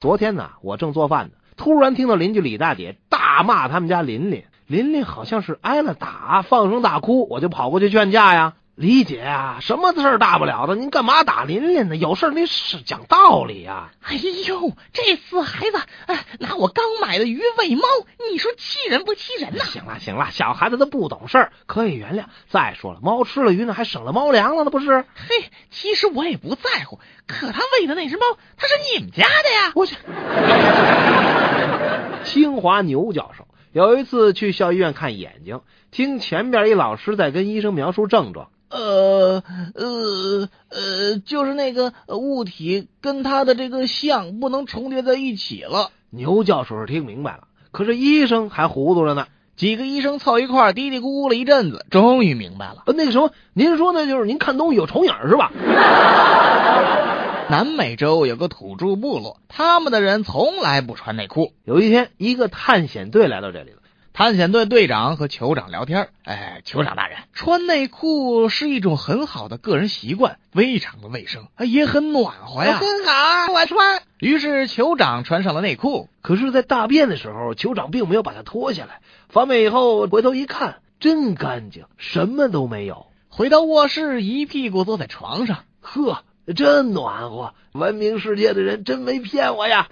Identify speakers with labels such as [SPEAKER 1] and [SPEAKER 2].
[SPEAKER 1] 昨天呢，我正做饭呢，突然听到邻居李大姐大骂他们家琳琳，琳琳好像是挨了打，放声大哭，我就跑过去劝架呀。李姐啊，什么事儿大不了的，您干嘛打琳琳呢？有事儿您是讲道理呀、
[SPEAKER 2] 哎呦，这死孩子，哎，拿我刚买的鱼喂猫，你说气人不气人呐？
[SPEAKER 1] 行了行了，小孩子他不懂事儿，可以原谅。再说了，猫吃了鱼呢，还省了猫粮了呢，不是？
[SPEAKER 2] 嘿，其实我也不在乎，可他喂的那只猫，它是你们家的呀。
[SPEAKER 1] 我去， 清华牛教授有一次去校医院看眼睛，听前边一老师在跟医生描述症状。
[SPEAKER 2] 呃呃呃，就是那个呃物体跟它的这个像不能重叠在一起了。
[SPEAKER 1] 牛教授是听明白了，可是医生还糊涂着呢。
[SPEAKER 2] 几个医生凑一块儿嘀嘀咕咕了一阵子，终于明白了。
[SPEAKER 1] 呃那个什么，您说那就是您看东西有重影儿是吧？
[SPEAKER 2] 南美洲有个土著部落，他们的人从来不穿内裤。
[SPEAKER 1] 有一天，一个探险队来到这里了。
[SPEAKER 2] 探险队队长和酋长聊天，哎，酋长大人，穿内裤是一种很好的个人习惯，非常的卫生，哎也很暖和呀。
[SPEAKER 3] 真好，啊我穿。
[SPEAKER 2] 于是酋长穿上了内裤，
[SPEAKER 1] 可是，在大便的时候，酋长并没有把它脱下来。翻遍以后，回头一看，真干净，什么都没有。
[SPEAKER 2] 回到卧室，一屁股坐在床上。
[SPEAKER 1] 呵，真暖和！文明世界的人真没骗我呀。